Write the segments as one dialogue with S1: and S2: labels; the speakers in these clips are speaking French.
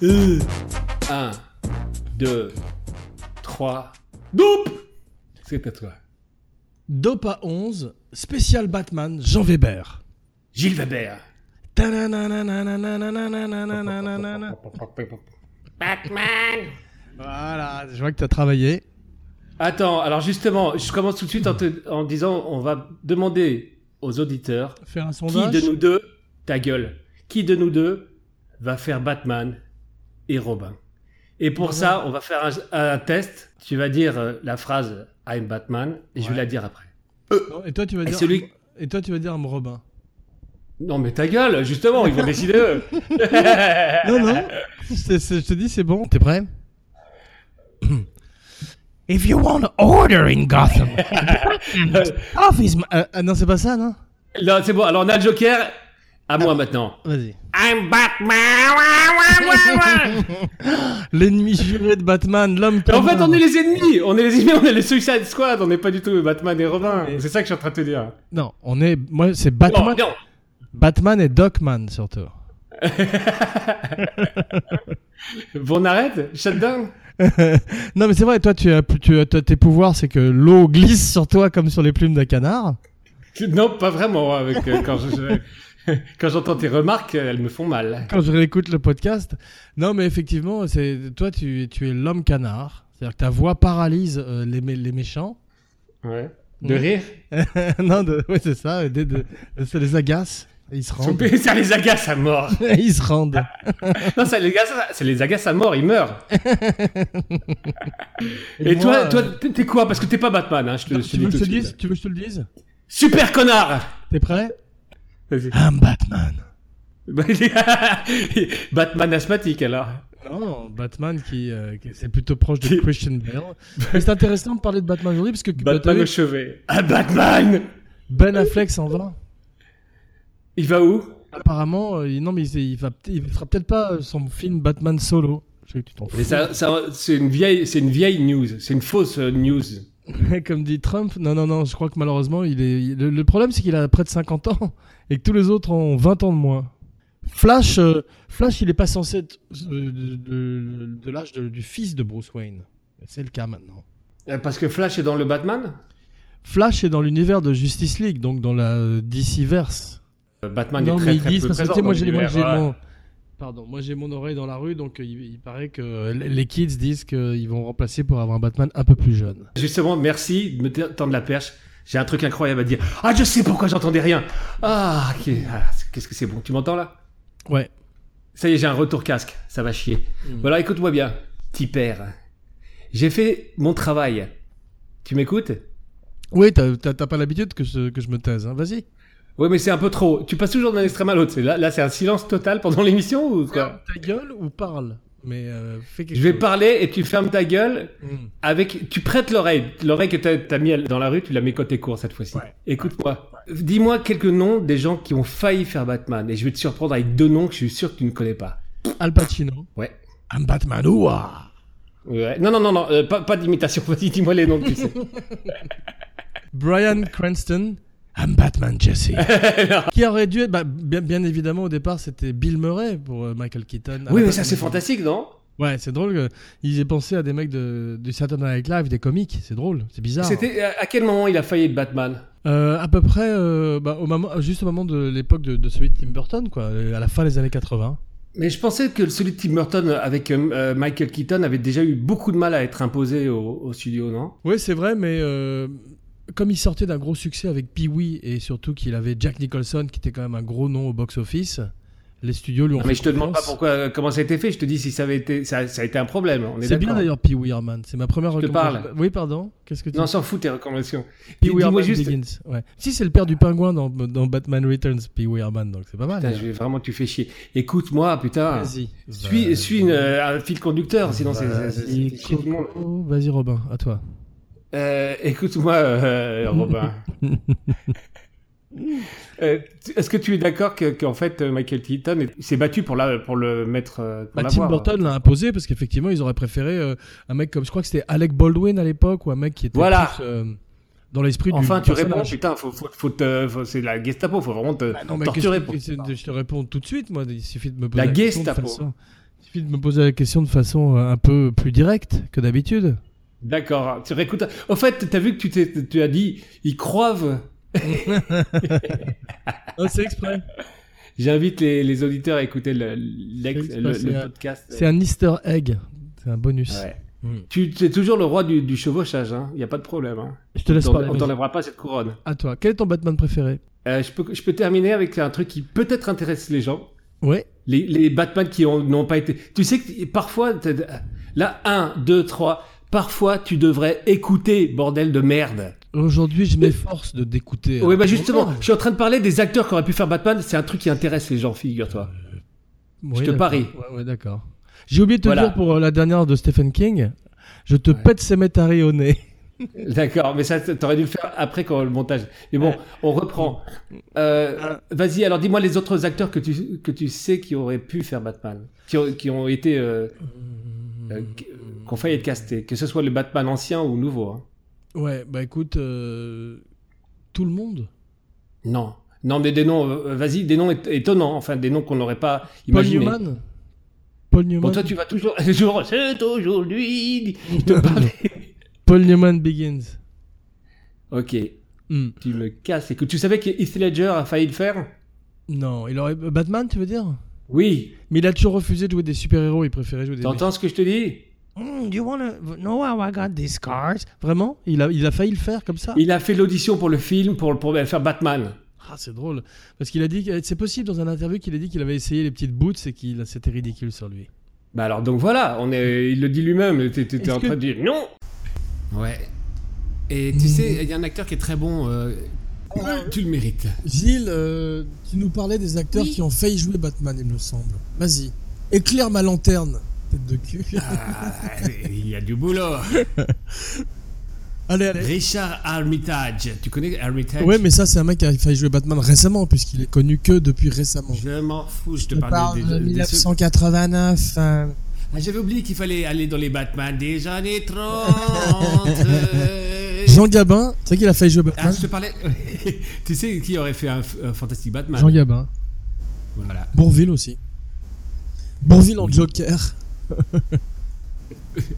S1: 1, 2, 3. Doupe C'est à toi.
S2: Dopa 11, spécial Batman, Jean Weber.
S1: Gilles Weber.
S2: Ta-na-na-na-na-na-na-na-na-na-na-na-na.
S3: Batman
S2: Voilà, je vois que t'as travaillé.
S1: Attends, alors justement, je commence tout de suite en, te- en disant on va demander aux auditeurs
S2: Faire un
S1: qui
S2: sondage.
S1: de nous deux, ta gueule, qui de nous deux va faire Batman et Robin. Et pour ça, on va faire un, un test. Tu vas dire euh, la phrase I'm Batman et je vais
S2: Ouais.
S1: la dire après.
S2: Non, Et toi, tu vas
S1: Et
S2: dire.
S1: celui-
S2: Et toi, tu vas dire Robin.
S1: Non, mais ta gueule, justement, ils vont décider eux.
S2: Non, non. c'est- c'est- Je te dis, c'est bon. T'es prêt If you want order in Gotham. Office. ma- Ah, ah, non, c'est pas ça, non
S1: Là, c'est bon. Alors, on a le Joker. À moi maintenant.
S2: Vas-y.
S3: I'm Batman Wah, wah, wah, wah.
S2: L'ennemi juré de Batman, l'homme.
S1: Mais en fait,
S2: commun.
S1: on est les ennemis. On est les ennemis. On est les Suicide Squad. On n'est pas du tout Batman et Robin. C'est ça que je suis en train de te dire.
S2: Non, on est. Moi, c'est
S1: Non,
S2: Batman.
S1: non.
S2: Batman et Docman surtout.
S1: Bon, on arrête. Shutdown.
S2: non, mais c'est vrai. Toi, tu as, tu as- toi, tes pouvoirs, c'est que l'eau glisse sur toi comme sur les plumes d'un canard.
S1: Non, pas vraiment. Avec euh, quand je, je- quand j'entends tes remarques, elles me font mal.
S2: quand je réécoute le podcast. Non, mais effectivement, c'est toi, tu, tu es l'homme canard. C'est-à-dire que ta voix paralyse euh, les, mé- les méchants.
S1: Ouais. De
S2: Mm.
S1: rire.
S2: non, de- ouais, c'est ça. de- de- ça les agace. Et Ils se rendent.
S1: Soupé, Ça les agace à mort.
S2: Et ils se rendent.
S1: Non, ça les agace. à- Ça les agace à mort. Ils meurent. Et,
S2: moi,
S1: toi,
S2: euh,
S1: toi, t'es t'es quoi Parce que t'es pas Batman. Hein, je te, je te
S2: tu
S1: dis
S2: veux, que
S1: tout de
S2: je te
S1: suite.
S2: dise, tu veux que je te le dise
S1: Super connard.
S2: T'es prêt
S1: Vas-y.
S2: I'm Batman.
S1: Bah, il est- Batman asthmatique alors.
S2: Non, Oh,
S1: hein.
S2: Batman qui, euh, qui- c'est plutôt proche de Christian Bale. Mais c'est intéressant de parler de Batman aujourd'hui parce que
S1: Batman
S2: t'as
S1: au
S2: vu,
S1: chevet. Ah Batman
S2: Ben Affleck s'en va.
S1: Il va où
S2: Apparemment, euh, il- non mais il, il va, peut- il fera peut-être pas euh, son film Batman solo. Je sais que tu t'en fous.
S1: Mais ça, ça- c'est une vieille, c'est une vieille news, c'est une fausse euh, news.
S2: Comme dit Trump, non, non, non, je crois que malheureusement, il est... il- le, le problème, c'est qu'il a près de 50 ans et que tous les autres ont 20 ans de moins. Flash, euh, Flash il n'est pas censé être euh, de, de- de l'âge de- du fils de Bruce Wayne. C'est le cas maintenant.
S1: Euh, Parce que Flash est dans le Batman.
S2: Flash est dans l'univers de Justice League, donc dans la euh, DC-verse.
S1: Euh, Batman
S2: non,
S1: est très
S2: mais ils
S1: très
S2: disent,
S1: peu
S2: parce que
S1: présent
S2: tu sais, moi
S1: dans
S2: j'ai moi,
S1: l'univers, hein.
S2: j'ai
S1: ouais.
S2: mon... Pardon, moi j'ai mon oreille dans la rue, donc euh, il, il paraît que euh, les kids disent qu'ils vont remplacer pour avoir un Batman un peu plus jeune.
S1: Justement, merci de me t- tendre la perche. J'ai un truc incroyable à dire. Ah, je sais pourquoi j'entendais rien. Ah, ok. Ah, c'est- qu'est-ce que c'est bon. Tu m'entends là
S2: Ouais.
S1: Ça y est, j'ai un retour casque. Ça va chier.
S2: Mm.
S1: Voilà, écoute-moi bien, petit père. J'ai fait mon travail. Tu m'écoutes
S2: Oui, t'as t'as- t'as pas l'habitude que je, que je me taise, hein. vas-y.
S1: Ouais, mais c'est un peu trop. Tu passes toujours d'un extrême à l'autre. C'est Là, là c'est un silence total pendant l'émission ou
S2: Ferme
S1: quoi
S2: ta gueule ou parle Mais euh, fais quelque
S1: Je vais
S2: chose.
S1: parler et tu fermes ta gueule
S2: Mm.
S1: avec. Tu prêtes l'oreille. L'oreille que t'as t'as mis dans la rue, tu la mets côté court cette fois-ci. Écoute-moi. Dis-moi quelques noms des gens qui ont failli faire Batman et je vais te surprendre avec deux noms que je suis sûr que tu ne connais pas.
S2: Al Pacino.
S1: Ouais.
S2: I'm Batman, ouah
S1: Ouais. Non, non, non, non. euh, pas pas d'imitation. Vas-y, dis-moi les noms que tu sais.
S2: Brian Cranston. I'm Batman, Jesse. Qui aurait dû être, bah, bien, bien évidemment, au départ, c'était Bill Murray pour euh, Michael Keaton.
S1: oui,
S2: Ah,
S1: mais ça, c'est
S2: Batman.
S1: fantastique, non
S2: Ouais, c'est drôle. que Ils aient pensé à des mecs de, du Saturday Night Live, des comiques. C'est drôle, c'est bizarre.
S1: C'était euh, à à quel moment il a failli être Batman
S2: Euh, à peu près, euh, bah, au moment, juste au moment de l'époque de, de celui de Tim Burton, quoi, euh, à la fin des années 80.
S1: Mais je pensais que celui de Tim Burton avec euh, euh, Michael Keaton avait déjà eu beaucoup de mal à être imposé au, au studio, non
S2: Oui, c'est vrai, mais euh, comme il sortait d'un gros succès avec Pee-Wee et surtout qu'il avait Jack Nicholson, qui était quand même un gros nom au box-office, les studios lui ont
S1: Non,
S2: fait
S1: Mais je te demande pas
S2: confiance.
S1: pourquoi, euh, comment ça a été fait. Je te dis si ça avait été, ça, ça a été un problème. On est,
S2: C'est bien
S1: d'accord.
S2: d'ailleurs Pee-Wee Herman, c'est ma première
S1: te
S2: recommandation. Oui, pardon, qu'est-ce que tu
S1: Non, on s'en fout tes recommandations.
S2: Pee-Wee
S1: Dis-moi
S2: Herman
S1: juste-
S2: Begins, ouais. Si, c'est le père du pingouin dans, dans Batman Returns, Pee-Wee Herman, donc c'est pas mal.
S1: Putain, je vais vraiment tu fais chier. Écoute-moi, putain.
S2: Ah, Vas-y.
S1: Ah.
S2: Bah,
S1: Suis, suis une, euh, un fil conducteur, sinon c'est c'est- c'est- c'est
S2: Vas-y,
S1: chier tout le monde.
S2: Coco. Vas-y, Robin, à toi.
S1: Euh, Écoute-moi, euh, Robin. Euh, tu- Est-ce que tu es d'accord que- qu'en fait euh, Michael Keaton est- s'est battu pour, la, pour le mettre euh, pour
S2: Bah, Tim
S1: l'avoir,
S2: Burton l'a imposé parce qu'effectivement, ils auraient préféré euh, un mec comme, je crois que c'était Alec Baldwin à l'époque, ou un mec qui était
S1: Voilà.
S2: plus, euh, dans l'esprit du
S1: Enfin, tu
S2: personnage.
S1: réponds, putain, faut, faut, faut, te- faut- c'est la Gestapo, faut vraiment te
S2: Ah non, mais
S1: torturer
S2: qu'est-ce que-
S1: pour
S2: qu'est-ce que- je te réponds tout de suite, moi, il suffit de me poser
S1: La
S2: la, question de
S1: Gestapo.
S2: faire ça.
S4: Il suffit de me poser la question de façon euh, un peu plus directe que d'habitude.
S1: D'accord. Tu réécoutes. Au fait, t'as vu que tu, t'es- tu as dit, ils croivent.
S4: Non, c'est exprès.
S1: J'invite les, les auditeurs à écouter le, l'ex-
S4: C'est-
S1: le-
S4: c'est
S1: le
S4: un-
S1: podcast.
S4: C'est un Easter egg. C'est un bonus.
S1: Ouais.
S4: Mm.
S1: Tu tu es toujours le roi du, du chevauchage, il n'y a pas de problème. hein.
S4: Je te laisse
S1: T'en-
S4: parler.
S1: On t'enlèvera pas cette couronne.
S4: À toi. Quel est ton Batman préféré
S1: Euh, je, peux, je peux terminer avec un truc qui peut-être intéresse les gens.
S4: Ouais.
S1: Les, les Batman qui ont- n'ont pas été. Tu sais que parfois, t'as- euh, là, 1, 2, 3, parfois tu devrais écouter, bordel de merde.
S4: Aujourd'hui, je m'efforce de d'écouter.
S1: Oui,
S4: hein.
S1: bah justement, je suis en train de parler des acteurs qui auraient pu faire Batman, c'est un truc qui intéresse les gens, figure-toi.
S4: Oui,
S1: te
S4: d'accord.
S1: parie.
S4: Ouais, ouais, d'accord. J'ai oublié de te
S1: Voilà.
S4: dire pour euh, la dernière de Stephen King. Je te
S1: Ouais.
S4: pète ces métaries au nez.
S1: D'accord, mais ça, t'aurais dû le faire après quand le montage. Mais bon, on reprend. Euh, Vas-y, alors dis-moi les autres acteurs que tu, que tu sais qui auraient pu faire Batman, qui ont, qui ont été. Euh, euh, qui- qui ont failli être castés, que ce soit le Batman ancien ou nouveau. hein.
S4: Ouais, bah écoute, euh, tout le monde.
S1: Non. Non, mais des noms, euh, vas-y, des noms é- étonnants, enfin des noms qu'on n'aurait pas
S4: Paul
S1: imaginé.
S4: Newman. Paul Newman.
S1: Bon, toi, tu vas toujours. toujours, C'est aujourd'hui. Je te parle.
S4: Paul Newman Begins.
S1: ok,
S4: Hmm.
S1: tu me casses. Et que tu savais que Heath Ledger a failli le faire
S4: Non, il aurait euh, Batman, tu veux dire
S1: Oui.
S4: Mais il a toujours refusé de jouer des super-héros, il préférait jouer des
S1: T'entends ce que je te dis
S4: Hmm, you wanna know how I got these scars Vraiment il a, il a failli le faire comme ça
S1: Il a fait l'audition pour le film, pour, pour faire Batman.
S4: Ah, c'est drôle. Parce qu'il a dit, que- euh, c'est possible dans un interview qu'il a dit qu'il avait essayé les petites boots et qu'il c'était ridicule sur lui.
S1: Bah alors, donc voilà, on est, il le dit lui-même. T'es t'es- t'es
S4: Est-ce
S1: en
S4: que-
S1: train de dire non Ouais. Et
S4: tu sais,
S1: il y a un acteur qui est très bon. euh, tu le mérites.
S2: Gilles, euh, tu nous parlais des acteurs
S5: Oui.
S2: qui ont failli jouer Batman, il me semble. Vas-y, éclaire ma lanterne, tête de cul.
S1: Ah, Il y a du boulot.
S2: allez, allez.
S1: Richard Armitage. Tu connais Armitage
S2: Ouais, mais ça, c'est un mec qui a failli jouer Batman récemment, puisqu'il est connu que depuis récemment.
S1: Je m'en fous, je te
S2: On parle
S1: parle
S2: de
S1: des, Ah,
S2: 1989. hein.
S1: J'avais oublié qu'il fallait aller dans les Batman des années 30.
S2: Jean Gabin, tu sais qu'il a failli jouer
S1: Ah,
S2: Batman
S1: je te parlais. tu sais qui aurait fait un, f- un fantastique Batman
S2: Jean Gabin.
S1: Voilà.
S2: Bourville aussi. Bourville en Joker.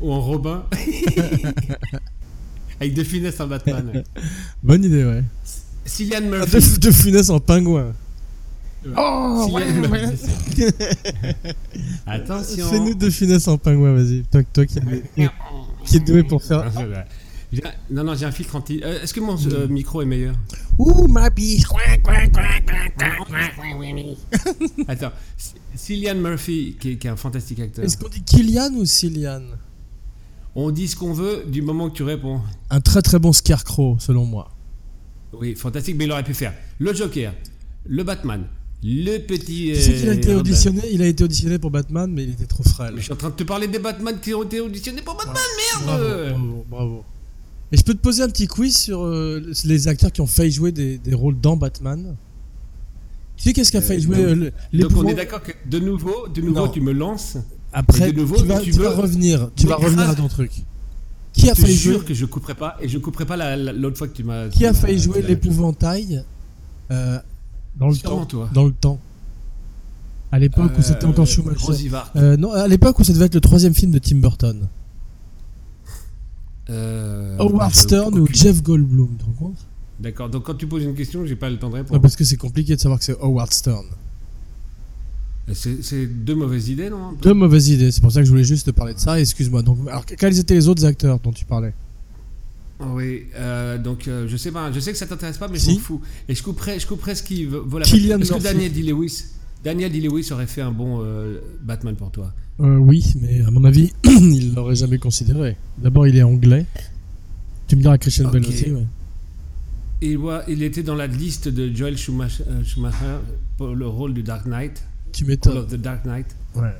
S1: Ou en Robin. Avec de finesse en Batman.
S2: Bonne idée, ouais.
S1: Cillian
S2: De,
S1: Murphy.
S2: de Funès en pingouin.
S1: Cillian
S2: euh,
S1: Murphy. Attention.
S2: Fais-nous de Funès en pingouin, vas-y. Toi, toi qui, es- qui es doué pour faire.
S1: Ah, J'ai- Non, non, j'ai un filtre anti. Euh, Est-ce que mon euh, micro est meilleur
S2: Ouh, ma biche
S1: Attends. C- Cillian Murphy, qui est, qui est un fantastique acteur.
S2: Est-ce qu'on dit Kylian ou Cillian
S1: On dit ce qu'on veut du moment que tu réponds.
S2: Un très très bon scarecrow, selon moi.
S1: Oui, fantastique, mais il aurait pu faire le Joker, le Batman, le petit.
S2: Tu sais qu'il a
S1: euh,
S2: été
S1: Robin.
S2: auditionné, il a été auditionné pour Batman, mais il était trop frêle.
S1: Mais je suis en train de te parler des Batman qui ont été auditionnés pour Batman, merde
S2: Bravo, bravo, bravo. Et je peux te poser un petit quiz sur euh, les acteurs qui ont failli jouer des, des rôles dans Batman. Tu sais qu'est-ce qu'a failli jouer euh, le-
S1: Donc on
S2: l'épouvant-
S1: est d'accord que de nouveau, de nouveau,
S2: Non.
S1: tu me lances.
S2: Après,
S1: Et de nouveau,
S2: tu, vas,
S1: tu
S2: tu
S1: veux-
S2: vas revenir, tu
S1: Mais ah
S2: vas revenir
S1: grave.
S2: à ton truc. Qui a
S1: Je te
S2: failli jouer
S1: jure que je couperai pas et je couperai pas la- la- l'autre fois que tu m'as.
S2: Qui
S1: tu
S2: a
S1: m'as-
S2: failli jouer
S1: tu m'as-
S2: l'épouvantail euh, dans le
S1: Sûrement
S2: temps
S1: toi.
S2: Dans le temps. À l'époque où
S1: Euh,
S2: c'était encore Schumacher.
S1: Rosivard.
S2: Euh, non, à l'époque où ça devait être le troisième film de Tim Burton.
S1: Euh,
S2: Howard
S1: je-
S2: Stern ou
S1: aucune-
S2: Jeff Goldblum, tu te rends compte
S1: D'accord. Donc quand tu poses une question, j'ai pas le temps de
S2: Non,
S1: répondre.
S2: Parce que Ah, bah, c'est compliqué de savoir que c'est Howard Stern.
S1: C'est c'est deux mauvaises idées, non
S2: Deux mauvaises idées, c'est pour ça que je voulais juste te parler de ça, excuse-moi. Donc, alors, quels étaient les autres acteurs dont tu parlais
S1: Oui. euh, donc euh, je sais pas. Je sais que ça t'intéresse pas, mais je
S2: Si.
S1: m'en fous. Et je couperai, je couperai ce qui vaut vaut la
S2: Kylian
S1: Est-ce que
S2: Murphy.
S1: Daniel D. Lewis, Daniel D. Lewis aurait fait un bon euh, Batman pour toi
S2: Euh, oui, mais à mon avis, il l'aurait jamais considéré. D'abord, il est anglais. Tu me diras Christian
S1: Ok.
S2: Bale aussi, ouais.
S1: il, voit- il était dans la liste de Joel Schumacher, euh, Schumacher pour le rôle du Dark Knight,
S2: Tu
S1: Call
S2: m'étonnes.
S1: of the Dark Knight.
S2: Ouais.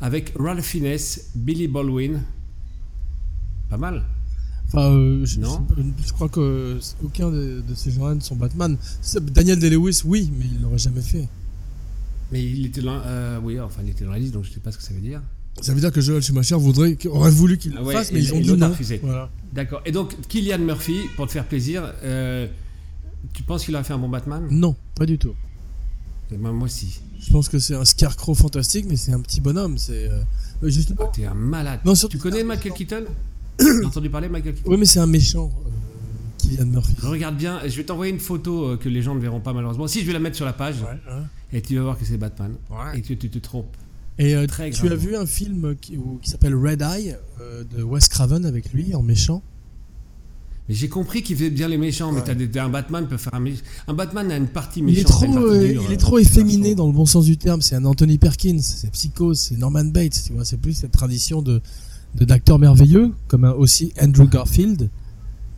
S1: avec Ralph Fiennes, Billy Baldwin. Pas mal.
S2: Enfin, euh, je,
S1: Non.
S2: je- je crois que euh, aucun de, de ces gens-là ne sont Batman. C'est- Daniel Day-Lewis, oui, mais il l'aurait jamais fait.
S1: Mais il était dans, euh, oui, enfin, il était dans la liste, donc je sais pas ce que ça veut dire.
S2: Ça veut dire que Joel Schumacher voudrait, aurait voulu qu'il
S1: Ah
S2: le
S1: ouais,
S2: fasse,
S1: et-
S2: mais ils
S1: et
S2: ont dit
S1: l'autre a
S2: non.
S1: refusé.
S2: Voilà.
S1: D'accord. Et donc, Killian Murphy, pour te faire plaisir, euh, tu penses qu'il a fait un bon Batman
S2: Non, pas du tout.
S1: Et moi, moi aussi.
S2: Je pense que c'est un scarecrow fantastique, mais c'est un petit bonhomme. C'est euh, euh,
S1: Ah,
S2: justement.
S1: T'es un malade.
S2: Non, surtout-
S1: tu connais Michael Keaton T'as entendu parler Michael Keaton
S2: Oui, mais c'est un méchant, euh, Kylian Murphy.
S1: Regarde bien, je vais t'envoyer une photo euh, que les gens ne verront pas malheureusement. Si je vais la mettre sur la page,
S2: hein.
S1: et tu vas voir que c'est Batman. Et que tu te trompes.
S2: Et euh,
S1: Très
S2: tu
S1: grave.
S2: as vu un film qui, où- qui s'appelle Red Eye euh, de Wes Craven avec lui en méchant
S1: Mais j'ai compris qu'il faisait bien les méchants, mais t'as des- un Batman peut faire un méchant. Un Batman a une partie
S2: Il
S1: méchante.
S2: est
S1: et
S2: trop,
S1: une partie
S2: euh,
S1: dure,
S2: il
S1: euh,
S2: est trop efféminé
S1: façon.
S2: dans le bon sens du terme. C'est un Anthony Perkins, c'est Psychose, c'est Norman Bates. Tu vois, c'est plus cette tradition de de- d'acteurs merveilleux comme un- aussi Andrew Garfield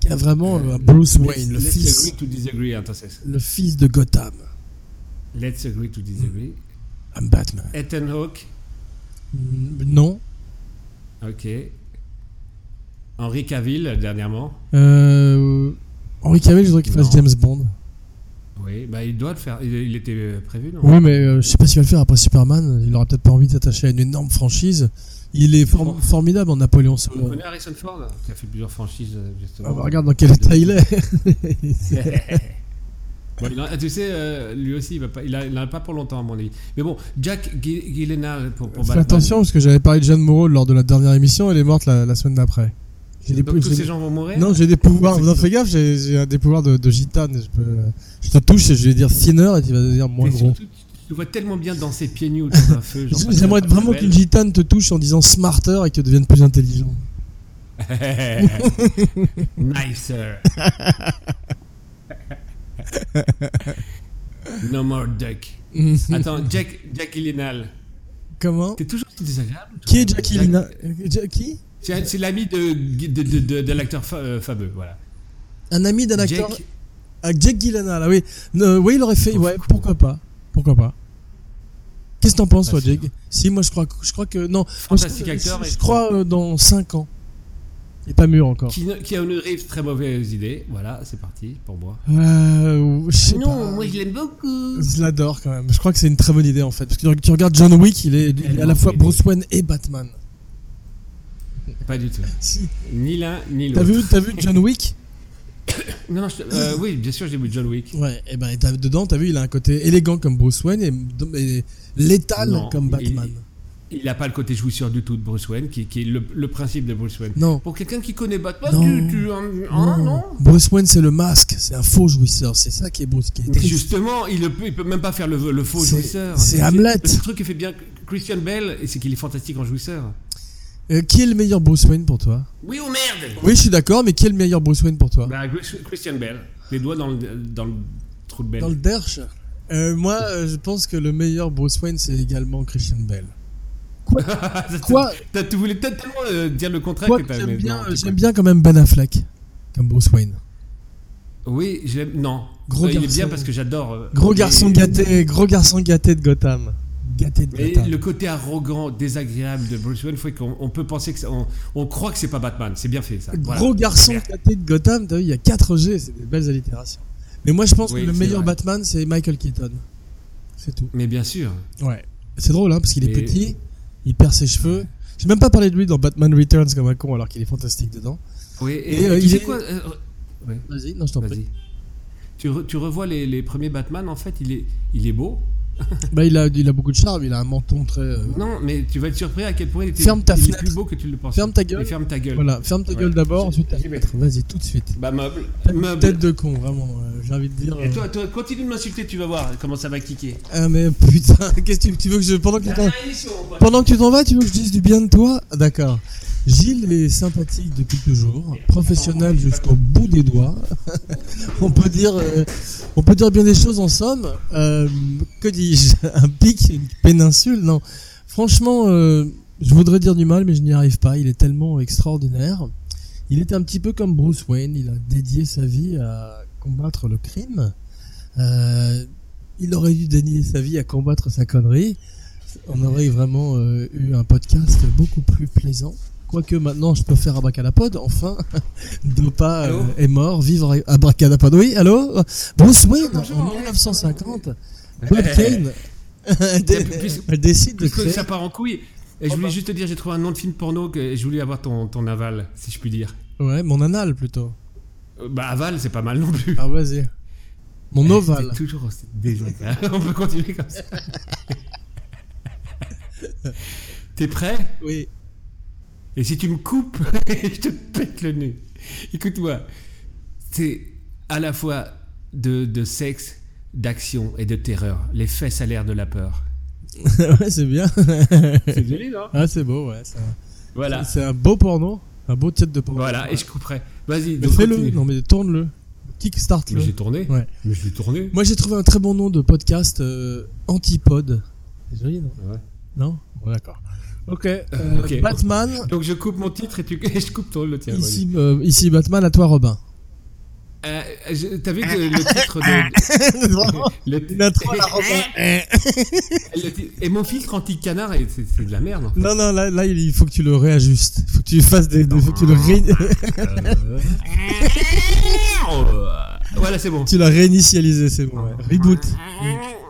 S2: qui a vraiment euh, un Bruce Wayne, le
S1: Let's
S2: fils,
S1: agree to disagree, hein, entonces.
S2: le fils de Gotham.
S1: Let's agree to disagree.
S2: I'm Batman.
S1: Ethan Hawke,
S2: Mm, Non.
S1: ok. Henry Cavill, dernièrement.
S2: Euh, Henri Cavill, je voudrais qu'il fasse
S1: Non.
S2: James Bond.
S1: Oui, bah il doit le faire. Il, il était euh, prévu, non
S2: Oui, mais euh, je sais pas s'il va le faire après Superman. Il aura peut-être pas envie de s'attacher à une énorme franchise. Il est for- formidable en Napoléon
S1: On
S2: Solo.
S1: connaît Harrison Ford, qui a fait plusieurs franchises, euh, justement.
S2: Ah bah, regarde dans quel état il est.
S1: Bon, il en- ah, tu sais, euh, lui aussi, il va pas, il a, il en a pas pour longtemps, à mon avis. Mais bon, Jack Gil- Gyllenhaal pour, pour
S2: Fais
S1: Batman.
S2: attention parce que j'avais parlé de Jeanne Moreau lors de la dernière émission. Elle est morte la, la semaine d'après. J'ai des
S1: Donc
S2: pou-
S1: tous
S2: j'ai-
S1: ces gens vont mourir
S2: Non, j'ai des pouvoirs. Non, fais gaffe, j'ai j'ai des pouvoirs de, de gitane. Je, peux- je te touche et je vais dire thinner et tu vas devenir moins
S1: Mais
S2: gros.
S1: surtout, tu- tu vois tellement bien danser pieds nus dans un feu. genre,
S2: J'aimerais
S1: pas
S2: vraiment
S1: belle.
S2: qu'une gitane te touche en disant smarter et que tu deviennes plus intelligent.
S1: Nicer. no more duck. Attends, Jack, Jack Gyllenhaal.
S2: Comment
S1: T'es toujours si désagréable. toi.
S2: Qui est Jackie
S1: Jack-
S2: Lina Jackie
S1: C'est c'est l'ami de, de, de, de- de l'acteur fa- euh, fameux, voilà.
S2: Un ami d'un acteur
S1: Jake-
S2: Ah, Jack Gyllenhaal, ah oui. Ne- oui, il aurait fait. Ouais, pourquoi pas. Pourquoi pas. Qu'est-ce que t'en penses, toi,
S1: Facile, hein.
S2: Jake Si, moi, je crois, que- je crois que. Non.
S1: Fantastique
S2: je, je-
S1: acteur
S2: Je,
S1: et-
S2: crois euh, dans 5 ans. Il est pas mûr encore.
S1: Qui, ne- qui a une rive très mauvaise idée. Voilà, c'est parti pour moi.
S2: Euh, je sais pas.
S1: je l'aime beaucoup.
S2: Je l'adore quand même. Je crois que c'est une très bonne idée en fait. Parce que tu- tu regardes John Wick, il est, il est à
S1: Tellement
S2: la fois
S1: bonne idée.
S2: Bruce Wayne et Batman.
S1: Pas du tout.
S2: Si.
S1: Ni l'un ni
S2: T'as
S1: l'autre.
S2: vu, t'as vu John Wick
S1: Non, non, je te- euh, oui, bien sûr, j'ai vu John Wick.
S2: Ouais, et ben t'as- dedans, t'as vu, il a un côté élégant comme Bruce Wayne et, et létal
S1: Non,
S2: comme
S1: il-
S2: Batman.
S1: Il n'a pas le côté jouisseur du tout de Bruce Wayne, qui, qui est le, le principe de Bruce Wayne.
S2: Non.
S1: Pour quelqu'un qui connaît Batman,
S2: Non.
S1: tu. tu hein, hein, non
S2: Bruce Wayne, c'est le masque, c'est un faux jouisseur, c'est ça qui est Bruce qui est
S1: Mais
S2: triste.
S1: justement, il ne peut, il peut même pas faire le, le faux
S2: C'est-
S1: jouisseur.
S2: c'est Hamlet.
S1: Le truc qui fait bien Christian Bell, et c'est qu'il est fantastique en jouisseur.
S2: Euh, qui est le meilleur Bruce Wayne pour toi
S1: Oui ou merde
S2: Oui, je suis d'accord, mais qui est le meilleur Bruce Wayne pour toi
S1: Bah, Chris- Christian Bell. Les doigts dans le, dans le trou de Bell.
S2: Dans le Dersh Euh, Moi, euh, je pense que le meilleur Bruce Wayne, c'est également Christian Bell. Quoi
S1: T'as- Tu voulais peut-être tellement euh, dire le contraire
S2: Quoi
S1: que
S2: que
S1: t'as
S2: j'aime
S1: mais
S2: bien,
S1: non,
S2: euh,
S1: tu-
S2: j'aime bien quand même Ben Affleck comme Bruce Wayne.
S1: Oui, je l'aime- Non.
S2: Gros
S1: Euh, Il est
S2: garçon.
S1: bien parce que j'adore. euh,
S2: Gros
S1: les-
S2: garçon gâté, gros garçon gâté de Gotham. Gâté de
S1: Mais
S2: Gotham.
S1: le côté arrogant, désagréable de Bruce Wayne, faut qu'on on peut penser que ça- on, on croit que c'est pas Batman. C'est bien fait ça. Voilà.
S2: Gros garçon
S1: Merde.
S2: gâté de Gotham, t'as vu, il y a 4 G, c'est des belles allitérations. Mais moi, je pense
S1: Oui,
S2: que le
S1: c'est
S2: meilleur
S1: vrai.
S2: Batman, c'est Michael Keaton. C'est tout.
S1: Mais bien sûr.
S2: Ouais. C'est drôle, hein, parce qu'il est
S1: Mais-
S2: petit, il perd ses cheveux. J'ai même pas parlé de lui dans Batman Returns comme un con, alors qu'il est fantastique dedans.
S1: Oui.
S2: Et,
S1: Et,
S2: euh,
S1: tu
S2: il
S1: sais
S2: est-
S1: quoi euh, ouais,
S2: Vas-y, non, je t'en prie.
S1: Vas-y. Tu, re- tu revois les, les premiers Batman. En fait, il est il est beau.
S2: Bah, il a, il a beaucoup de charme, il a un menton très. euh,
S1: Non, mais tu vas être surpris à quel point il était.
S2: Ferme ta
S1: il est
S2: fenêtre.
S1: plus beau que tu le penses.
S2: Ferme ta gueule.
S1: ferme ta gueule.
S2: Voilà, ferme ta
S1: Ouais.
S2: gueule d'abord, ensuite
S1: J'y vais.
S2: Vas-y, tout de suite.
S1: Bah meuble.
S2: Une
S1: Meuble.
S2: Tête de con, vraiment, euh, j'ai envie de dire.
S1: Et
S2: euh,
S1: toi, toi, continue de m'insulter, tu vas voir comment ça va kicker.
S2: Ah, mais putain, qu'est-ce que tu, tu veux que je. Pendant que tu t'en-
S1: Dernière émission, mon pote.
S2: pendant que tu t'en vas, tu veux que je dise du bien de toi Ah, D'accord. Gilles est sympathique depuis toujours, professionnel jusqu'au bout des doigts. on peut dire, euh, on peut dire bien des choses en somme. Euh, que dis-je Un pic, une péninsule Non. Franchement, euh, je voudrais dire du mal, mais je n'y arrive pas. Il est tellement extraordinaire. Il est un petit peu comme Bruce Wayne. Il a dédié sa vie à combattre le crime. Euh, il aurait dû dédier sa vie à combattre sa connerie. On aurait vraiment euh, eu un podcast beaucoup plus plaisant. Quoique maintenant je peux faire Abracadapod, enfin. Dopa euh,
S1: Allô
S2: est mort, vivre à- Abracadapod. Oui, allô Bruce Wayne,
S1: Bonjour.
S2: en 1950, Bob Kane dé-
S1: Plus-
S2: elle décide de
S1: Parce que
S2: créer.
S1: ça part en couille. Et je voulais juste te dire, j'ai trouvé un nom de film porno que je voulais avoir ton, ton aval, si je puis dire.
S2: Ouais, mon anal plutôt.
S1: Euh, Bah, aval, c'est pas mal non plus.
S2: Ah, vas-y. Mon ovale.
S1: C'est toujours aussi désagréable. On peut continuer comme ça. T'es prêt
S2: Oui.
S1: Et si tu me coupes, je te pète le nez. Écoute-moi, c'est à la fois de, de sexe, d'action et de terreur. Les fesses à l'air de la peur.
S2: ouais, c'est bien.
S1: C'est joli, non
S2: ah, c'est beau, ouais. ça.
S1: Voilà.
S2: C'est un beau porno. Un beau titre de porno.
S1: Voilà, et je couperai. Vas-y,
S2: Mais
S1: donc
S2: Fais-le.
S1: continue.
S2: Non, mais tourne-le. Kickstart-le.
S1: Mais j'ai tourné.
S2: Ouais.
S1: Mais je l'ai tourné.
S2: Moi, j'ai trouvé un très bon nom de podcast euh, Antipode. C'est joli, non
S1: Ouais.
S2: Non Bon, D'accord. Ok. euh,
S1: ok.
S2: Batman.
S1: Donc je coupe mon titre et, tu... et je coupe ton le tien.
S2: Ici, euh, ici Batman, à toi Robin.
S1: vas-y. Euh, je- T'as vu
S2: Ah.
S1: que le titre de. le ti- le ti- Et mon filtre anti-canard, et c'est c'est de la merde. hein. En fait.
S2: non, non, là, là, il faut que tu le réajustes. Il faut que tu fasses des. des- faut que tu, le ré-
S1: Voilà, Euh, c'est bon.
S2: tu l'as réinitialisé, c'est bon. ouais. Reboot.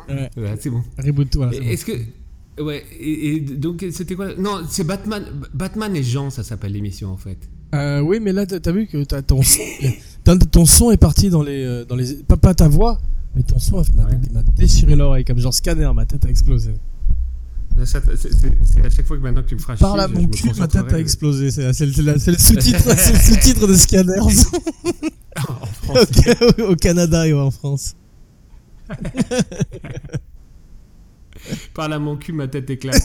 S1: Ouais, c'est bon.
S2: Reboot, voilà. c'est bon.
S1: Et Est-ce que. Ouais, et, et donc c'était quoi Non, c'est Batman, Batman et Jean, ça s'appelle l'émission en fait.
S2: Euh, oui, mais là, t'as t'as vu que t'as ton, son- t'as- ton son est parti dans les, euh, dans les, pas, pas ta voix, mais ton son il m'a
S1: Ouais.
S2: il m'a déchiré l'oreille comme genre scanner, ma tête a explosé.
S1: Ça, c'est- c'est c'est à chaque fois que maintenant que tu me feras
S2: Par là,
S1: chier, je-
S2: mon
S1: je me
S2: cul, ma tête a
S1: concentrerai.
S2: explosé. C'est la- c'est le, c'est la- c'est le sous-titre, c'est le sous-titre de scanner
S1: En France.
S2: au, au Canada et en France.
S1: Par là, mon cul, ma tête éclate.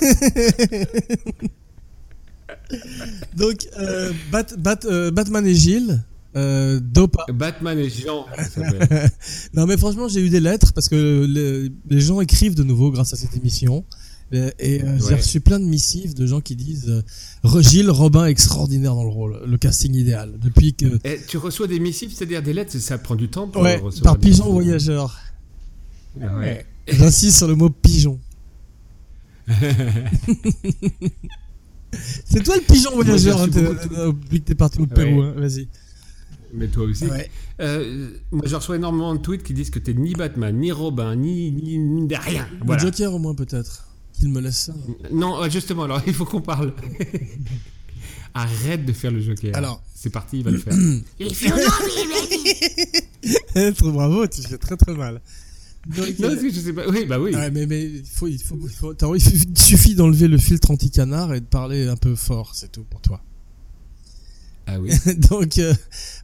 S2: Donc, euh, Bat- Bat- euh, Batman et Gilles, euh, Dopa.
S1: Batman et Jean, ça s'appelle.
S2: Non mais franchement j'ai eu des lettres parce que le- les gens écrivent de nouveau grâce à cette émission Euh, et euh, j'ai
S1: Ouais.
S2: reçu plein de missives de gens qui disent euh, Re- Gilles Robin extraordinaire dans le rôle le casting idéal depuis que
S1: Eh, tu reçois des missives, c'est-à-dire des lettres, ça prend du temps pour
S2: ouais,
S1: recevoir
S2: par
S1: des
S2: pigeon
S1: missives.
S2: voyageur
S1: Ouais.
S2: j'insiste sur le mot pigeon c'est toi le pigeon
S1: j'ai
S2: voyageur hein,
S1: reçu
S2: t'es-
S1: beaucoup
S2: euh, depuis que t'es parti au Pérou hein, vas-y
S1: Mais toi aussi.
S2: Ouais.
S1: Euh, moi, je reçois énormément de tweets qui disent que t'es ni Batman, ni Robin, ni, ni, ni rien.
S2: le
S1: Voilà.
S2: Joker au moins peut-être qu'il me laisse ça
S1: Non, ouais, justement, alors il faut qu'on parle. Arrête de faire le joker.
S2: Alors.
S1: C'est parti, il va le faire.
S6: If you know me, baby.
S2: bravo tu fais très très mal
S1: non, parce que je sais pas. Oui, bah oui.
S2: Ouais, mais, mais il, faut, il, faut, il faut- t'as- il suffit- il suffit d'enlever le filtre anti-canard et de parler un peu fort, c'est tout pour toi.
S1: Ah oui.
S2: Donc, euh,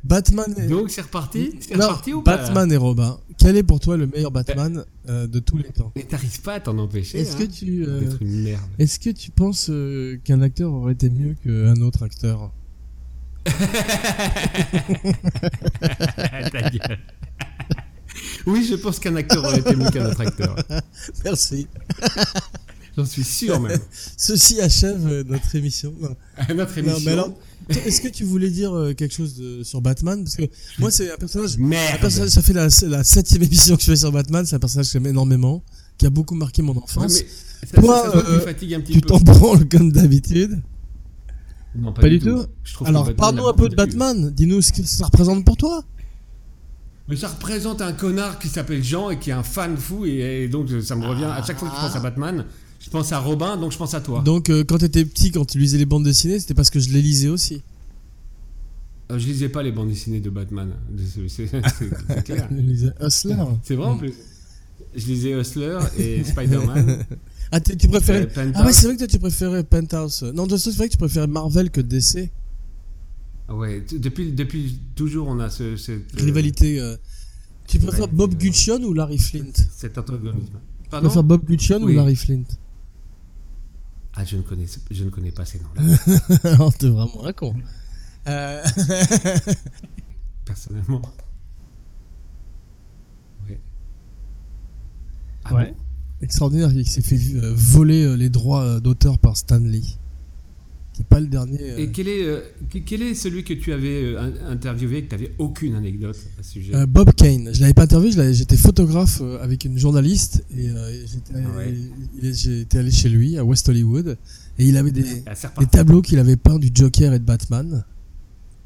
S2: Batman et...
S1: Donc c'est reparti C'est
S2: Non,
S1: reparti ou pas là
S2: Batman et Robin, quel est pour toi le meilleur Batman euh, de tous les temps
S1: Mais t'arrives pas à t'en empêcher.
S2: Est-ce que
S1: hein,
S2: tu... euh,
S1: D'être une merde.
S2: Est-ce que tu penses euh, qu'un acteur aurait été mieux qu'un autre acteur
S1: Ah, Ta gueule. oui, je pense qu'un acteur aurait été mieux qu'un autre acteur.
S2: Merci.
S1: J'en suis sûr même.
S2: Ceci achève euh, notre émission. Non.
S1: À notre
S2: Non,
S1: émission.
S2: mais alors, t- est-ce que tu voulais dire euh, quelque chose de- sur Batman Parce que moi, c'est un personnage Un
S1: Merde.
S2: personnage, ça fait la, la septième émission que je fais sur Batman, c'est un personnage que j'aime énormément, qui a beaucoup marqué mon
S1: Ouais, mais
S2: enfance.
S1: ça, ça-
S2: Toi,
S1: ça se voit que
S2: euh,
S1: tu fatigues un petit
S2: tu
S1: peu.
S2: t'en branles comme d'habitude.
S1: Non,
S2: Pas du tout
S1: Je trouve que
S2: Alors
S1: Batman
S2: parlons
S1: a
S2: un peu de
S1: beaucoup
S2: Batman, dis-nous ce que ça représente pour toi.
S1: Mais ça représente un connard qui s'appelle Jean et qui est un fan fou et, et donc je- ça me revient à chaque fois que je pense à Batman, je pense à Robin donc je pense à toi.
S2: Donc euh, quand t'étais petit, quand tu lisais les bandes dessinées, c'était parce que je les lisais aussi.
S1: Euh, je lisais pas les bandes dessinées de Batman, c'est c'est- c'est- c'est clair.
S2: Je lisais Hustler.
S1: C'est
S2: Hmm.
S1: vrai en plus. Je lisais Hustler et Spider-Man.
S2: Ah, t'es- tu
S1: Euh,
S2: préférais...
S1: Penthouse.
S2: Ah ouais, c'est vrai que toi tu préférais Penthouse. Non, de toute façon, c'est vrai que tu préférais Marvel que DC.
S1: Ouais, t- depuis, depuis toujours on a ce, cette, euh,
S2: Rivalité... euh, Tu préfères
S1: ouais,
S2: Bob
S1: euh,
S2: Guccione ou Larry Flint
S1: cet antagonisme.
S2: Tu préfères
S1: Pardon
S2: Bob Guccione
S1: Oui.
S2: ou Larry Flint
S1: Ah, je ne, connais, je ne connais pas ces noms-là.
S2: Alors t'es vraiment un con. Euh...
S1: personnellement. Ouais. Ah
S2: Ouais.
S1: bon
S2: extraordinaire qui s'est fait euh, voler euh, les droits euh, d'auteur par Stanley. Qui n'est pas le dernier. euh,
S1: Et quel est, euh, que- quel est celui que tu avais euh, in- interviewé et que tu n'avais aucune anecdote à ce sujet
S2: euh, Bob Kane. Je l'avais pas interviewé, je l'avais- j'étais photographe euh, avec une journaliste et euh, j'étais allé-
S1: Ouais.
S2: il est- j'étais allé chez lui à West Hollywood et il avait des,
S1: Ah, c'est
S2: des
S1: reparti.
S2: tableaux qu'il avait peints du Joker et de Batman.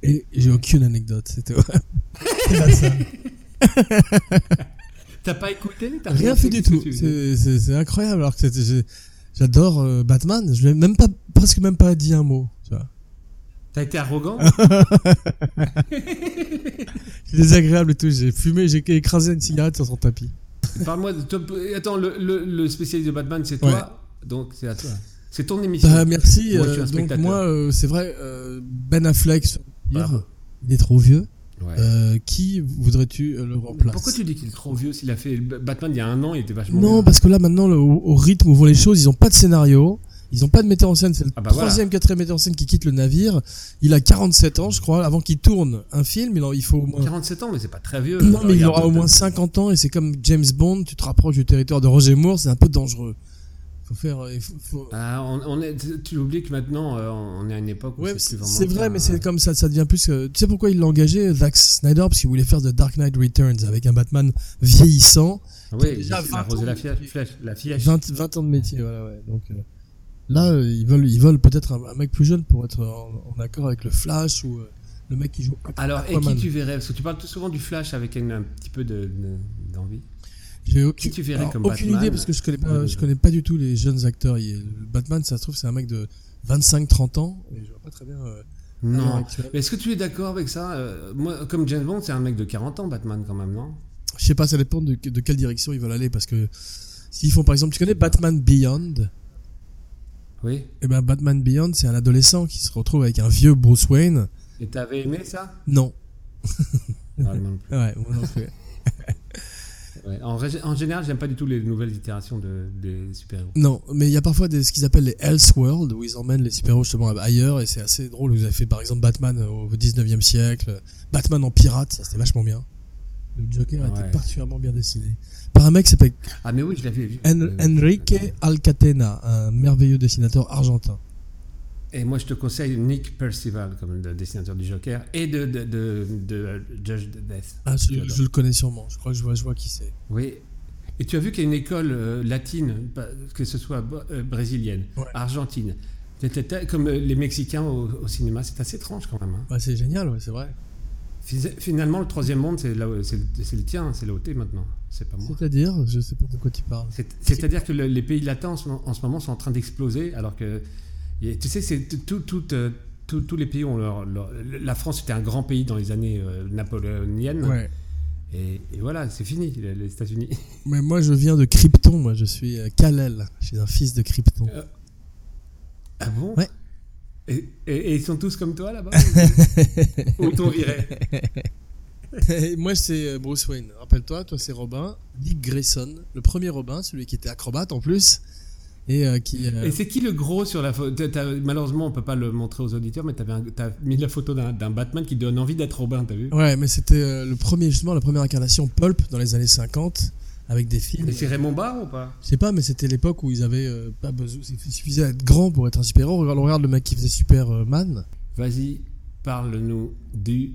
S2: Et j'ai aucune anecdote, c'était C'est pas ça.
S1: T'as pas écouté t'as
S2: Rien fait du
S1: ce que
S2: tout.
S1: tu faisais
S2: C'est- C'est c'est incroyable alors que c'était- j'ai- j'adore euh, Batman. Je lui ai même pas, presque même pas dit un mot. Tu vois.
S1: T'as été arrogant
S2: C'est désagréable et tout. J'ai fumé, j'ai écrasé une cigarette sur son tapis.
S1: Parle-moi de top- Attends, le, le- le spécialiste de Batman, c'est
S2: Ouais.
S1: toi. Donc, c'est à toi. C'est ton émission.
S2: Bah, merci.
S1: Moi, je
S2: euh,
S1: suis un
S2: donc,
S1: spectateur.
S2: moi, euh, c'est vrai, euh, Ben Affleck, sur-
S1: Bravo.
S2: il est trop vieux.
S1: Bah. Ouais.
S2: Euh, qui voudrais-tu euh, le remplacer
S1: Pourquoi tu dis qu'il est trop vieux S'il a fait Batman il y a un an, il était vachement
S2: Non, bah,
S1: bien.
S2: parce que là, maintenant, le- au, au rythme où vont les choses, ils ont pas de scénario. Ils ont pas de metteur en scène. C'est le
S1: Ah bah voilà.
S2: troisième, quatrième metteur en scène qui quitte le navire. Il a 47 ans, je crois. Avant qu'il tourne un film, il, en- il faut au moins.
S1: 47 ans, mais c'est pas très vieux.
S2: Non, mais il
S1: Regarde,
S2: aura au moins 50 ans et c'est comme James Bond, tu te rapproches du territoire de Roger Moore, c'est un peu dangereux. Faut faire. euh, il faut- faut-
S1: Ah, on, on est, tu oublies que maintenant, euh, on est à une époque où
S2: Ouais,
S1: c'est plus
S2: c'est
S1: vraiment
S2: c'est
S1: le
S2: vrai,
S1: cas,
S2: mais
S1: hein.
S2: c'est comme ça, ça devient plus. euh, Tu sais pourquoi il l'a engagé, Zack Snyder Parce qu'il voulait faire The Dark Knight Returns avec un Batman vieillissant.
S1: Ah oui, il
S2: déjà
S1: a
S2: 20
S1: arrosé la
S2: ans.
S1: fièche. flèche- La fièche.
S2: 20, 20 ans de métier, voilà, ouais. Donc euh, là, euh, ils veulent, ils veulent peut-être un, un mec plus jeune pour être en, en accord avec le Flash ou euh, le mec qui joue.
S1: Alors, et qui
S2: Aquaman.
S1: tu verrais Parce que tu parles tout souvent du Flash avec une- un petit peu de- de- d'envie.
S2: J'ai aucune,
S1: Qui tu verrais
S2: alors,
S1: comme
S2: aucune
S1: Batman
S2: idée parce que je connais pas,
S1: Ouais, ouais.
S2: je connais pas du tout les jeunes acteurs. Il- le Batman, ça se trouve, c'est un mec de 25-30 ans. Et je vois pas très bien. euh, à l'heure
S1: Ah non.
S2: actuelle.
S1: Est-ce que tu es d'accord avec ça Euh, Moi, comme James Bond, c'est un mec de 40 ans, Batman, quand même, non
S2: Je sais pas, ça dépend de, de quelle direction ils veulent aller parce que s'ils font par exemple, tu connais Batman Beyond
S1: Oui.
S2: Et ben Batman Beyond, c'est un adolescent qui se retrouve avec un vieux Bruce Wayne.
S1: Et t'avais aimé ça
S2: Non.
S1: Ah, moi non plus.
S2: Ouais, moi non plus.
S1: Ouais. En, rég- en général, j'aime pas du tout les nouvelles itérations de, des super-héros.
S2: Non, mais il y a parfois des, ce qu'ils appellent les Elseworlds, où ils emmènent les super-héros justement ailleurs, et c'est assez drôle. Vous avez fait par exemple Batman au 19e siècle, Batman en pirate, ça c'était vachement bien. Le Joker a
S1: Ouais.
S2: été particulièrement bien dessiné. Par un mec qui s'appelle
S1: Ah, mais oui, je l'avais vu.
S2: En-
S1: Euh,
S2: Enrique Alcatena, un merveilleux dessinateur argentin.
S1: Et moi, je te conseille Nick Percival comme le dessinateur du Joker et de, de, de, de Judge Death.
S2: Ah, je,
S1: J'adore.
S2: je le connais sûrement, je crois que je vois, je vois qui c'est.
S1: Oui. Et tu as vu qu'il y a une école euh, latine, pas- que ce soit bo- euh, brésilienne,
S2: Ouais.
S1: argentine, tata- comme euh, les Mexicains au, au cinéma, c'est assez étrange quand même. hein.
S2: Ouais, c'est génial, ouais, c'est vrai.
S1: Fis- Finalement, le troisième monde, c'est là où- c'est le c'est le tien, c'est l'OT maintenant, c'est pas moi.
S2: C'est-à-dire, je sais pas de quoi tu parles.
S1: C'est- C'est-à-dire que le- les pays latins en ce, moment- en ce moment sont en train d'exploser, alors que y a- tu sais, c'est tout, tout, euh, tout- tous les pays ont leur, leur- La France était un grand pays dans les années euh, napoléoniennes,
S2: Ouais.
S1: et, et voilà, c'est fini les, les États-Unis.
S2: Mais moi je viens de Krypton, moi je suis euh, Kal-El, je suis un fils de Krypton.
S1: Ah bon
S2: Ouais.
S1: Et, et- et ils sont tous comme toi là-bas Ou t'en rirait
S2: Et Moi, c'est euh, Bruce Wayne. Rappelle-toi, toi, c'est Robin. Dick Grayson, le premier Robin, celui qui était acrobate en plus. Et euh, qui. euh,
S1: Et c'est qui le gros sur la photo T'as- t'as- Malheureusement, on peut pas le montrer aux auditeurs, mais t'avais un- t'as mis la photo d'un d'un Batman qui donne envie d'être Robin, t'as vu
S2: Ouais, mais c'était euh, le premier, justement, la première incarnation pulp dans les années 50 avec des films.
S1: Et c'est Raymond Barre ou pas
S2: Je sais pas, mais c'était l'époque où ils avaient euh, pas besoin. Il suffisait d'être grand pour être un super-héros. Regarde, regarde le mec qui faisait Superman.
S1: Vas-y, parle-nous du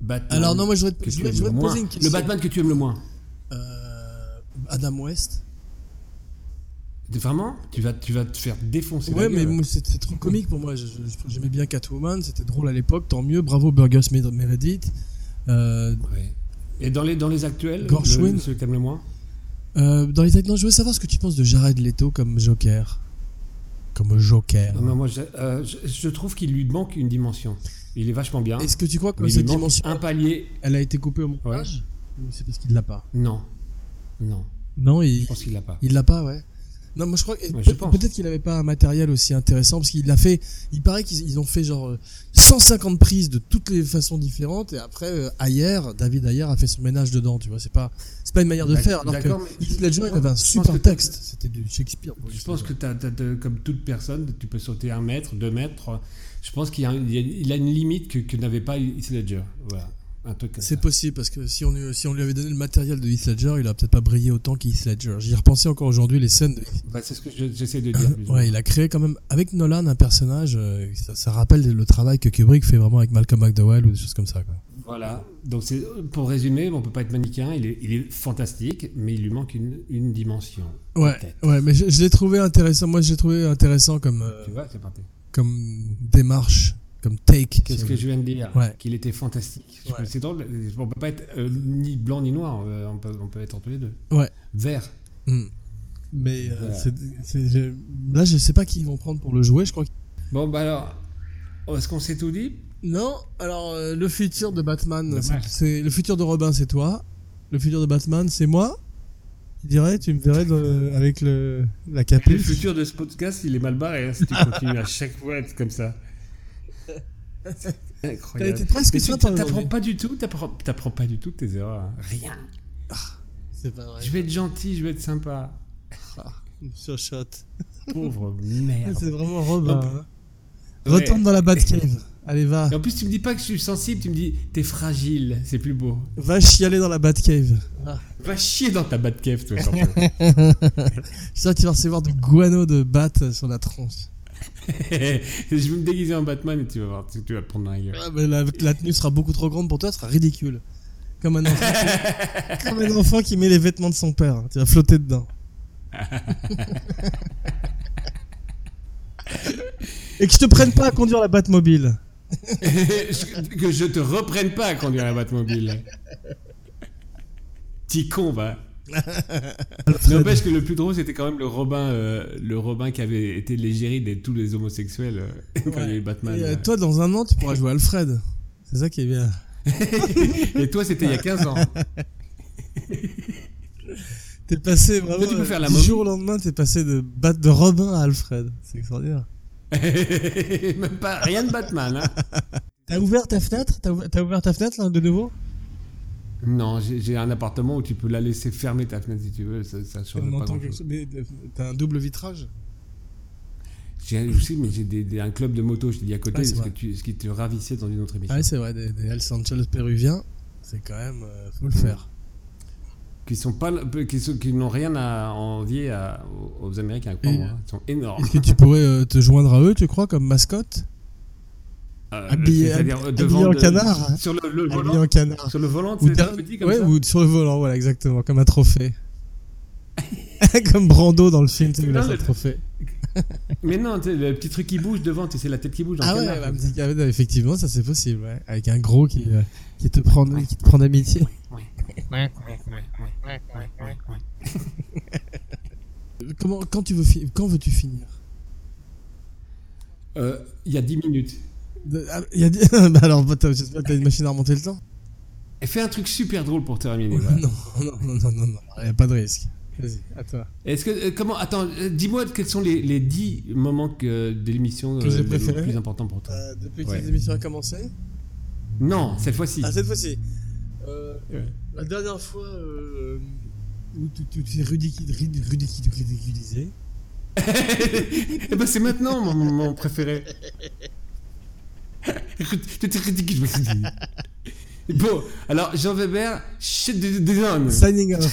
S1: Batman.
S2: Alors, non, moi, je voudrais
S1: que
S2: te,
S1: tu
S2: je voudrais-
S1: aimes
S2: je
S1: le
S2: voudrais te
S1: moins.
S2: poser une question.
S1: Le Batman que tu aimes le moins.
S2: Euh, Adam West.
S1: Vraiment tu vas, tu vas te faire défoncer.
S2: Ouais,
S1: la
S2: mais
S1: gueule.
S2: moi, c'est c'est trop comique pour moi. Je- je- J'aimais bien Catwoman, c'était drôle à l'époque, tant mieux. Bravo Burgess Med- Meredith. Euh,
S1: Ouais. Et dans les, dans les actuels,
S2: Gorshwin.
S1: le- celui que t'aimes le moins
S2: Euh, dans les non, je veux savoir ce que tu penses de Jared Leto comme Joker. Comme Joker.
S1: Non, moi, je, euh, je- je trouve qu'il lui manque une dimension. Il est vachement bien.
S2: Est-ce que tu crois que
S1: mais il lui
S2: cette
S1: manque
S2: dimension,
S1: un palier.
S2: elle a été coupée au montage Ou C'est parce qu'il l'a pas.
S1: Non. Non.
S2: Non,
S1: Je
S2: il
S1: pense qu'il l'a pas.
S2: il l'a pas, ouais. Non, moi je crois que
S1: Ouais, je
S2: peut-
S1: pense.
S2: peut-être qu'il avait pas un matériel aussi intéressant parce qu'il l'a fait. Il paraît qu'ils ils ont fait genre euh, 150 prises de toutes les façons différentes et après euh, Ayer, David Ayer a fait son ménage dedans, tu vois. C'est pas c'est pas une manière de
S1: D'ac-
S2: faire. Alors que
S1: d'accord, mais-
S2: Heath Ledger il avait un
S1: Je pense
S2: super
S1: que t'as-
S2: texte. C'était du Shakespeare.
S1: Je pense que t'as- t'as- t'as- comme toute personne, tu peux sauter un mètre, deux mètres. trois. Je pense qu'il y a, il y a- il a une limite que, que n'avait pas Heath Ledger. Voilà. Un truc comme ça.
S2: C'est possible parce que si on, lui- si on lui avait donné le matériel de Heath Ledger, il aurait peut-être pas brillé autant qu'Heath Ledger. J'y repensais encore aujourd'hui les scènes. de-
S1: Bah, c'est ce que je- j'essaie de dire. plus ou moins.
S2: Ouais, il a créé quand même avec Nolan un personnage. euh, ça, ça rappelle le travail que Kubrick fait vraiment avec Malcolm McDowell ou des choses comme ça. quoi.
S1: Voilà. Donc c'est pour résumer, on peut pas être manichéen. Il est, il est fantastique, mais il lui manque une, une dimension.
S2: Ouais,
S1: Peut-être.
S2: ouais, mais je, je l'ai trouvé intéressant. Moi, je l'ai trouvé intéressant comme euh,
S1: Tu vois, c'est parti.
S2: comme démarche, comme take.
S1: Qu'est-ce que je viens de dire
S2: Ouais.
S1: Qu'il était fantastique. Je-
S2: Ouais.
S1: C'est drôle. On peut pas être euh, ni blanc ni noir. euh, On peut, on peut être entre les deux.
S2: Ouais.
S1: Vert.
S2: Hmm. Mais euh,
S1: Voilà.
S2: c'est- c'est- je- là, je sais pas qui ils vont prendre pour le jouer. Je crois. que-
S1: Bon bah alors, est-ce qu'on s'est tout dit
S2: Non, alors euh, le futur de Batman,
S5: Dommage.
S2: c'est- c'est le futur de Robin, c'est toi. Le futur de Batman, c'est moi. Tu dirais, tu me verrais dans- avec le la
S1: Le
S2: capuche.
S1: futur de ce podcast, il est mal barré hein, si tu continues à chaque fois à être comme ça. C'est
S2: T'as
S1: Incroyable.
S2: été presque
S1: Mais tu
S2: sympa
S1: t'apprends
S2: aujourd'hui.
S1: pas du tout, t'apprends t'apprends pas du tout de tes erreurs. hein. Rien.
S2: C'est pas vrai.
S1: Je vais être gentil, je vais être sympa.
S2: Surshot.
S1: Pauvre merde.
S2: C'est vraiment Robin.
S1: Ouais.
S2: hein. Retourne dans la Batcave. Allez, va.
S1: Et en plus, tu me dis pas que je suis sensible, tu me dis t'es fragile, c'est plus beau.
S2: Va chialer dans la Batcave.
S1: Va chier dans ta Batcave, toi, surtout.
S2: Ça, tu vas recevoir de guano de bat sur la tronche.
S1: je vais me déguiser en Batman et tu vas voir, tu, tu vas te prendre dans la gueule.
S2: Ah, mais la, la tenue sera beaucoup trop grande pour toi, elle sera ridicule. Comme un enfant, qui, comme un enfant qui met les vêtements de son père. hein. Tu vas flotter dedans. Et que je te prenne pas à conduire la Batmobile.
S1: Je- que je te reprenne pas à conduire la Batmobile. Petit con, va.
S2: euh,
S1: N'empêche que le plus drôle, c'était quand même le Robin, euh, le Robin qui avait été l'égérie de tous les homosexuels euh, quand il y a eu Batman.
S2: Et, euh,
S1: là.
S2: toi, dans un an, tu pourras jouer Alfred. C'est ça qui est bien.
S1: Et toi, c'était il y a 15 ans.
S2: T'es passé vraiment.
S1: tu peux
S2: euh,
S1: faire la
S2: du
S1: momie.
S2: jour au lendemain, t'es passé de, Bat- de Robin à Alfred. C'est extraordinaire.
S1: Même pas, rien de Batman. hein.
S2: T'as ouvert ta fenêtre T'as ouv- t'as ouvert ta fenêtre là, de nouveau
S1: Non, j'ai j'ai un appartement où tu peux la laisser fermer ta fenêtre si tu veux, ça, ça change
S2: On
S1: pas
S2: entend
S1: grand
S2: quelque
S1: chose.
S2: chose. Mais euh, t'as un double vitrage
S1: J'ai aussi, mais j'ai des- des- un club de moto, je t'ai dit à côté,
S2: Ouais, c'est
S1: ce, que
S2: vrai.
S1: tu- ce qui te ravissait dans une autre émission.
S2: Ouais, Ah c'est vrai, des, des El Sanchel péruviens, c'est quand même. euh, faut le faire.
S1: qui sont pas qui, sont- qui n'ont rien à envier à- aux, aux Américains
S2: Et-
S1: crois-moi, hein. ils sont énormes
S2: Est-ce que tu pourrais euh, te joindre à eux, tu crois, comme mascotte
S1: Euh,
S2: habillé-
S1: c'est-à-dire,
S2: habillé
S1: devant
S2: en
S1: de-
S2: canard, hein.
S1: sur le, le
S2: Habillé
S1: volant
S2: en canard.
S1: sur le volant tu
S2: Ou,
S1: sais,
S2: der-
S1: tout petit comme
S2: ouais,
S1: ça
S2: ou sur le volant, voilà, exactement, comme un trophée. comme Brando dans le film, tu sais, il a
S1: Non,
S2: son
S1: mais-
S2: trophée.
S1: mais non tu sais, le petit truc qui bouge devant tu sais la tête qui bouge dans
S2: Ah
S1: le
S2: ouais,
S1: canard,
S2: bah, petit- ah ouais, effectivement, ça c'est possible, ouais. Avec un gros qui, euh, qui te prend, qui te prend d'amitié. Comment, quand tu veux, fi- quand veux-tu finir
S1: Euh, il y a 10 minutes
S2: De- ah, il y a dit- bah alors, bah, t'as- j'espère que t'as une machine à remonter le temps.
S1: et fais un truc super drôle pour terminer
S2: Non,
S1: voilà.
S2: non, non, non, non, non, y a pas de risque. Vas-y, à toi.
S1: est-ce que euh, comment attends euh, dis-moi quels sont les, les 10 moments que, de l'émission
S2: Que j'ai
S1: euh,
S2: préférés
S1: les plus importants pour toi
S2: Euh, depuis
S1: que Ouais. cette
S2: émission a commencé
S1: non cette fois-ci
S2: Ah, cette fois-ci. Euh,
S1: Ouais.
S2: La dernière fois euh, où tu tu- tu t'es ridicule- rid- ridicule- ridiculisé.
S1: Eh ben c'est maintenant mon, mon- mon préféré. T'es ridicule. Bon, alors Jean Weber, shut the- the down.
S2: Signing off.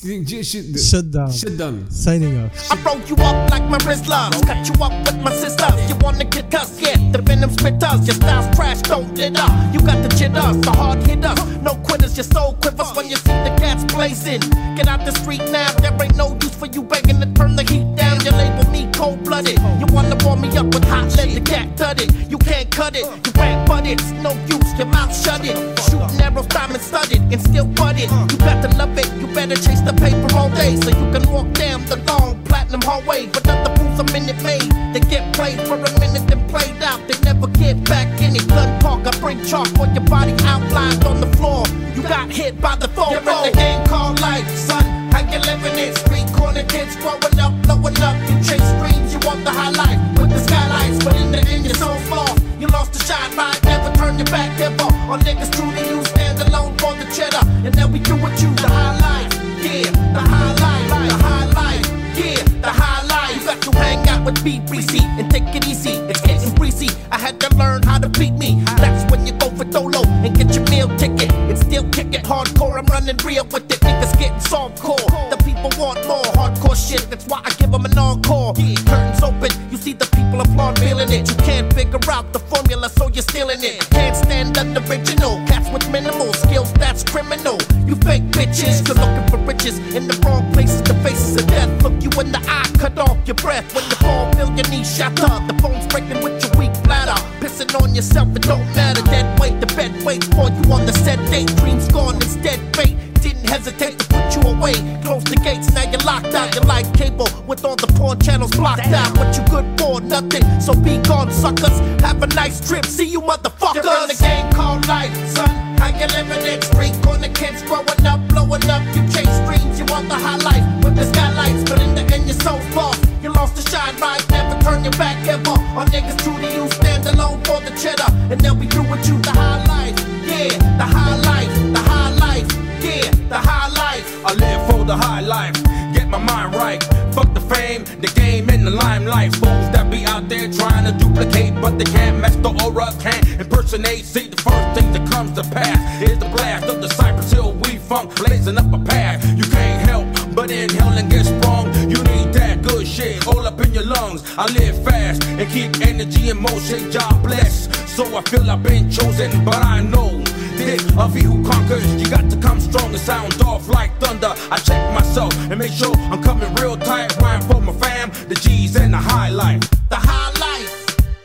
S1: Shut- shut the-
S2: Shut down.
S1: shut down.
S2: Signing off.
S7: I broke you up like my wristlocks. Cut you up with my sisters. You wanna get cussed? Yeah, the venom spit us. Your style's trash, don't get up. You got the jitters, the hard hitters. No quitters, your soul quivers when you see the gas blazing. Get out the street now. There ain't no use for you begging to turn the heat down. You label me cold blooded. You wanna warm me up with hot lead, the cat thudded. You can't cut it, you rag but it's no use. Your mouth shut it. Shooting arrows, diamond studded, and still butted. You better love it, you better chase the paper all day so you can walk down the long platinum hallway. But not the fools a minute made. They get played for a minute, then played out. They never get back in it. Gun park, I bring chalk on your body outlined on the floor. You got hit by the phone. You're in the game called life, son. How you living it? Street corner kids growing up, blowing up. You chase dreams, you want the high life with the skylights, but in the end your soul's lost. You lost the shine, right? Never turn your back ever on niggas true to you. Stand alone for the cheddar, and then we do with you the high life, yeah, the high life, the high life, yeah, the high life. You got to hang out with BBC and take it easy. It's getting breezy. I had to learn how to beat me. That's when you go for dolo and get your meal ticket. It's still kicking hardcore. I'm running real with it. Niggas getting softcore. The people want more hardcore shit. That's why I give them an encore. Yeah. Curtains open, you see the people applaud, feeling it. You can't figure out the formula, so you're stealing it. Can't stand the original. Cats with minimal skills, that's criminal. You fake bitches, you're looking for riches in the wrong places. The faces of death look you in the eye, cut off your breath. When you fall, feel your knees shatter. The bones breaking with your weak bladder. Pissing on yourself, it don't matter. Dead weight, the bed waits for you on the set date. Dreams gone, it's dead fate. Didn't hesitate to put you away. Close the gates, now you're locked out. You're like cable with all the poor channels blocked out. What you good for? Nothing. So be gone, suckers. Have a nice trip. See you, motherfuckers. You're in the game called life, son. How you living it? Street corner kids growing up, blowing up. You chase dreams, you want the high life with the skylights, but in the end you're so lost. You lost the shine, right? Never turn your back ever. On niggas true to you, stand alone for the cheddar, and they'll be through with you. The high life, yeah, the high life, the high life, yeah, the high life.
S5: I live for the high life. Get my mind right. Fuck the fame, the game, and the limelight. Fools that be out there trying to duplicate, but they can't match the aura, can't impersonate. See, the first thing that comes to pass is the blast of the Cypress Hill we funk, blazing up a path. You can't help but inhale and get sprung. You need that good shit all up in your lungs. I live fast and keep energy in motion. God bless, so I feel I've been chosen, but I know this of he who conquers. You got to come strong and sound off like thunder. I check myself and make sure I'm coming real tight. Rhyme for my fam, the G's and the high life.
S7: the high life.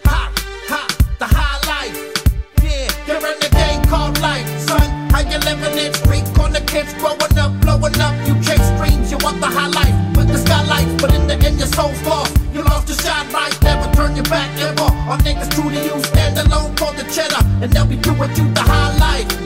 S7: Ha, ha, the high life. Yeah, you're in the game called life, son. How you living it? Street corner kids growing up, blowing up. You chase dreams, you want the high life. But the skylight, but in the end, your soul's lost. You lost the shine light, never turn your back ever. All niggas true to you, stand alone for the cheddar. And they'll be through with you the high life.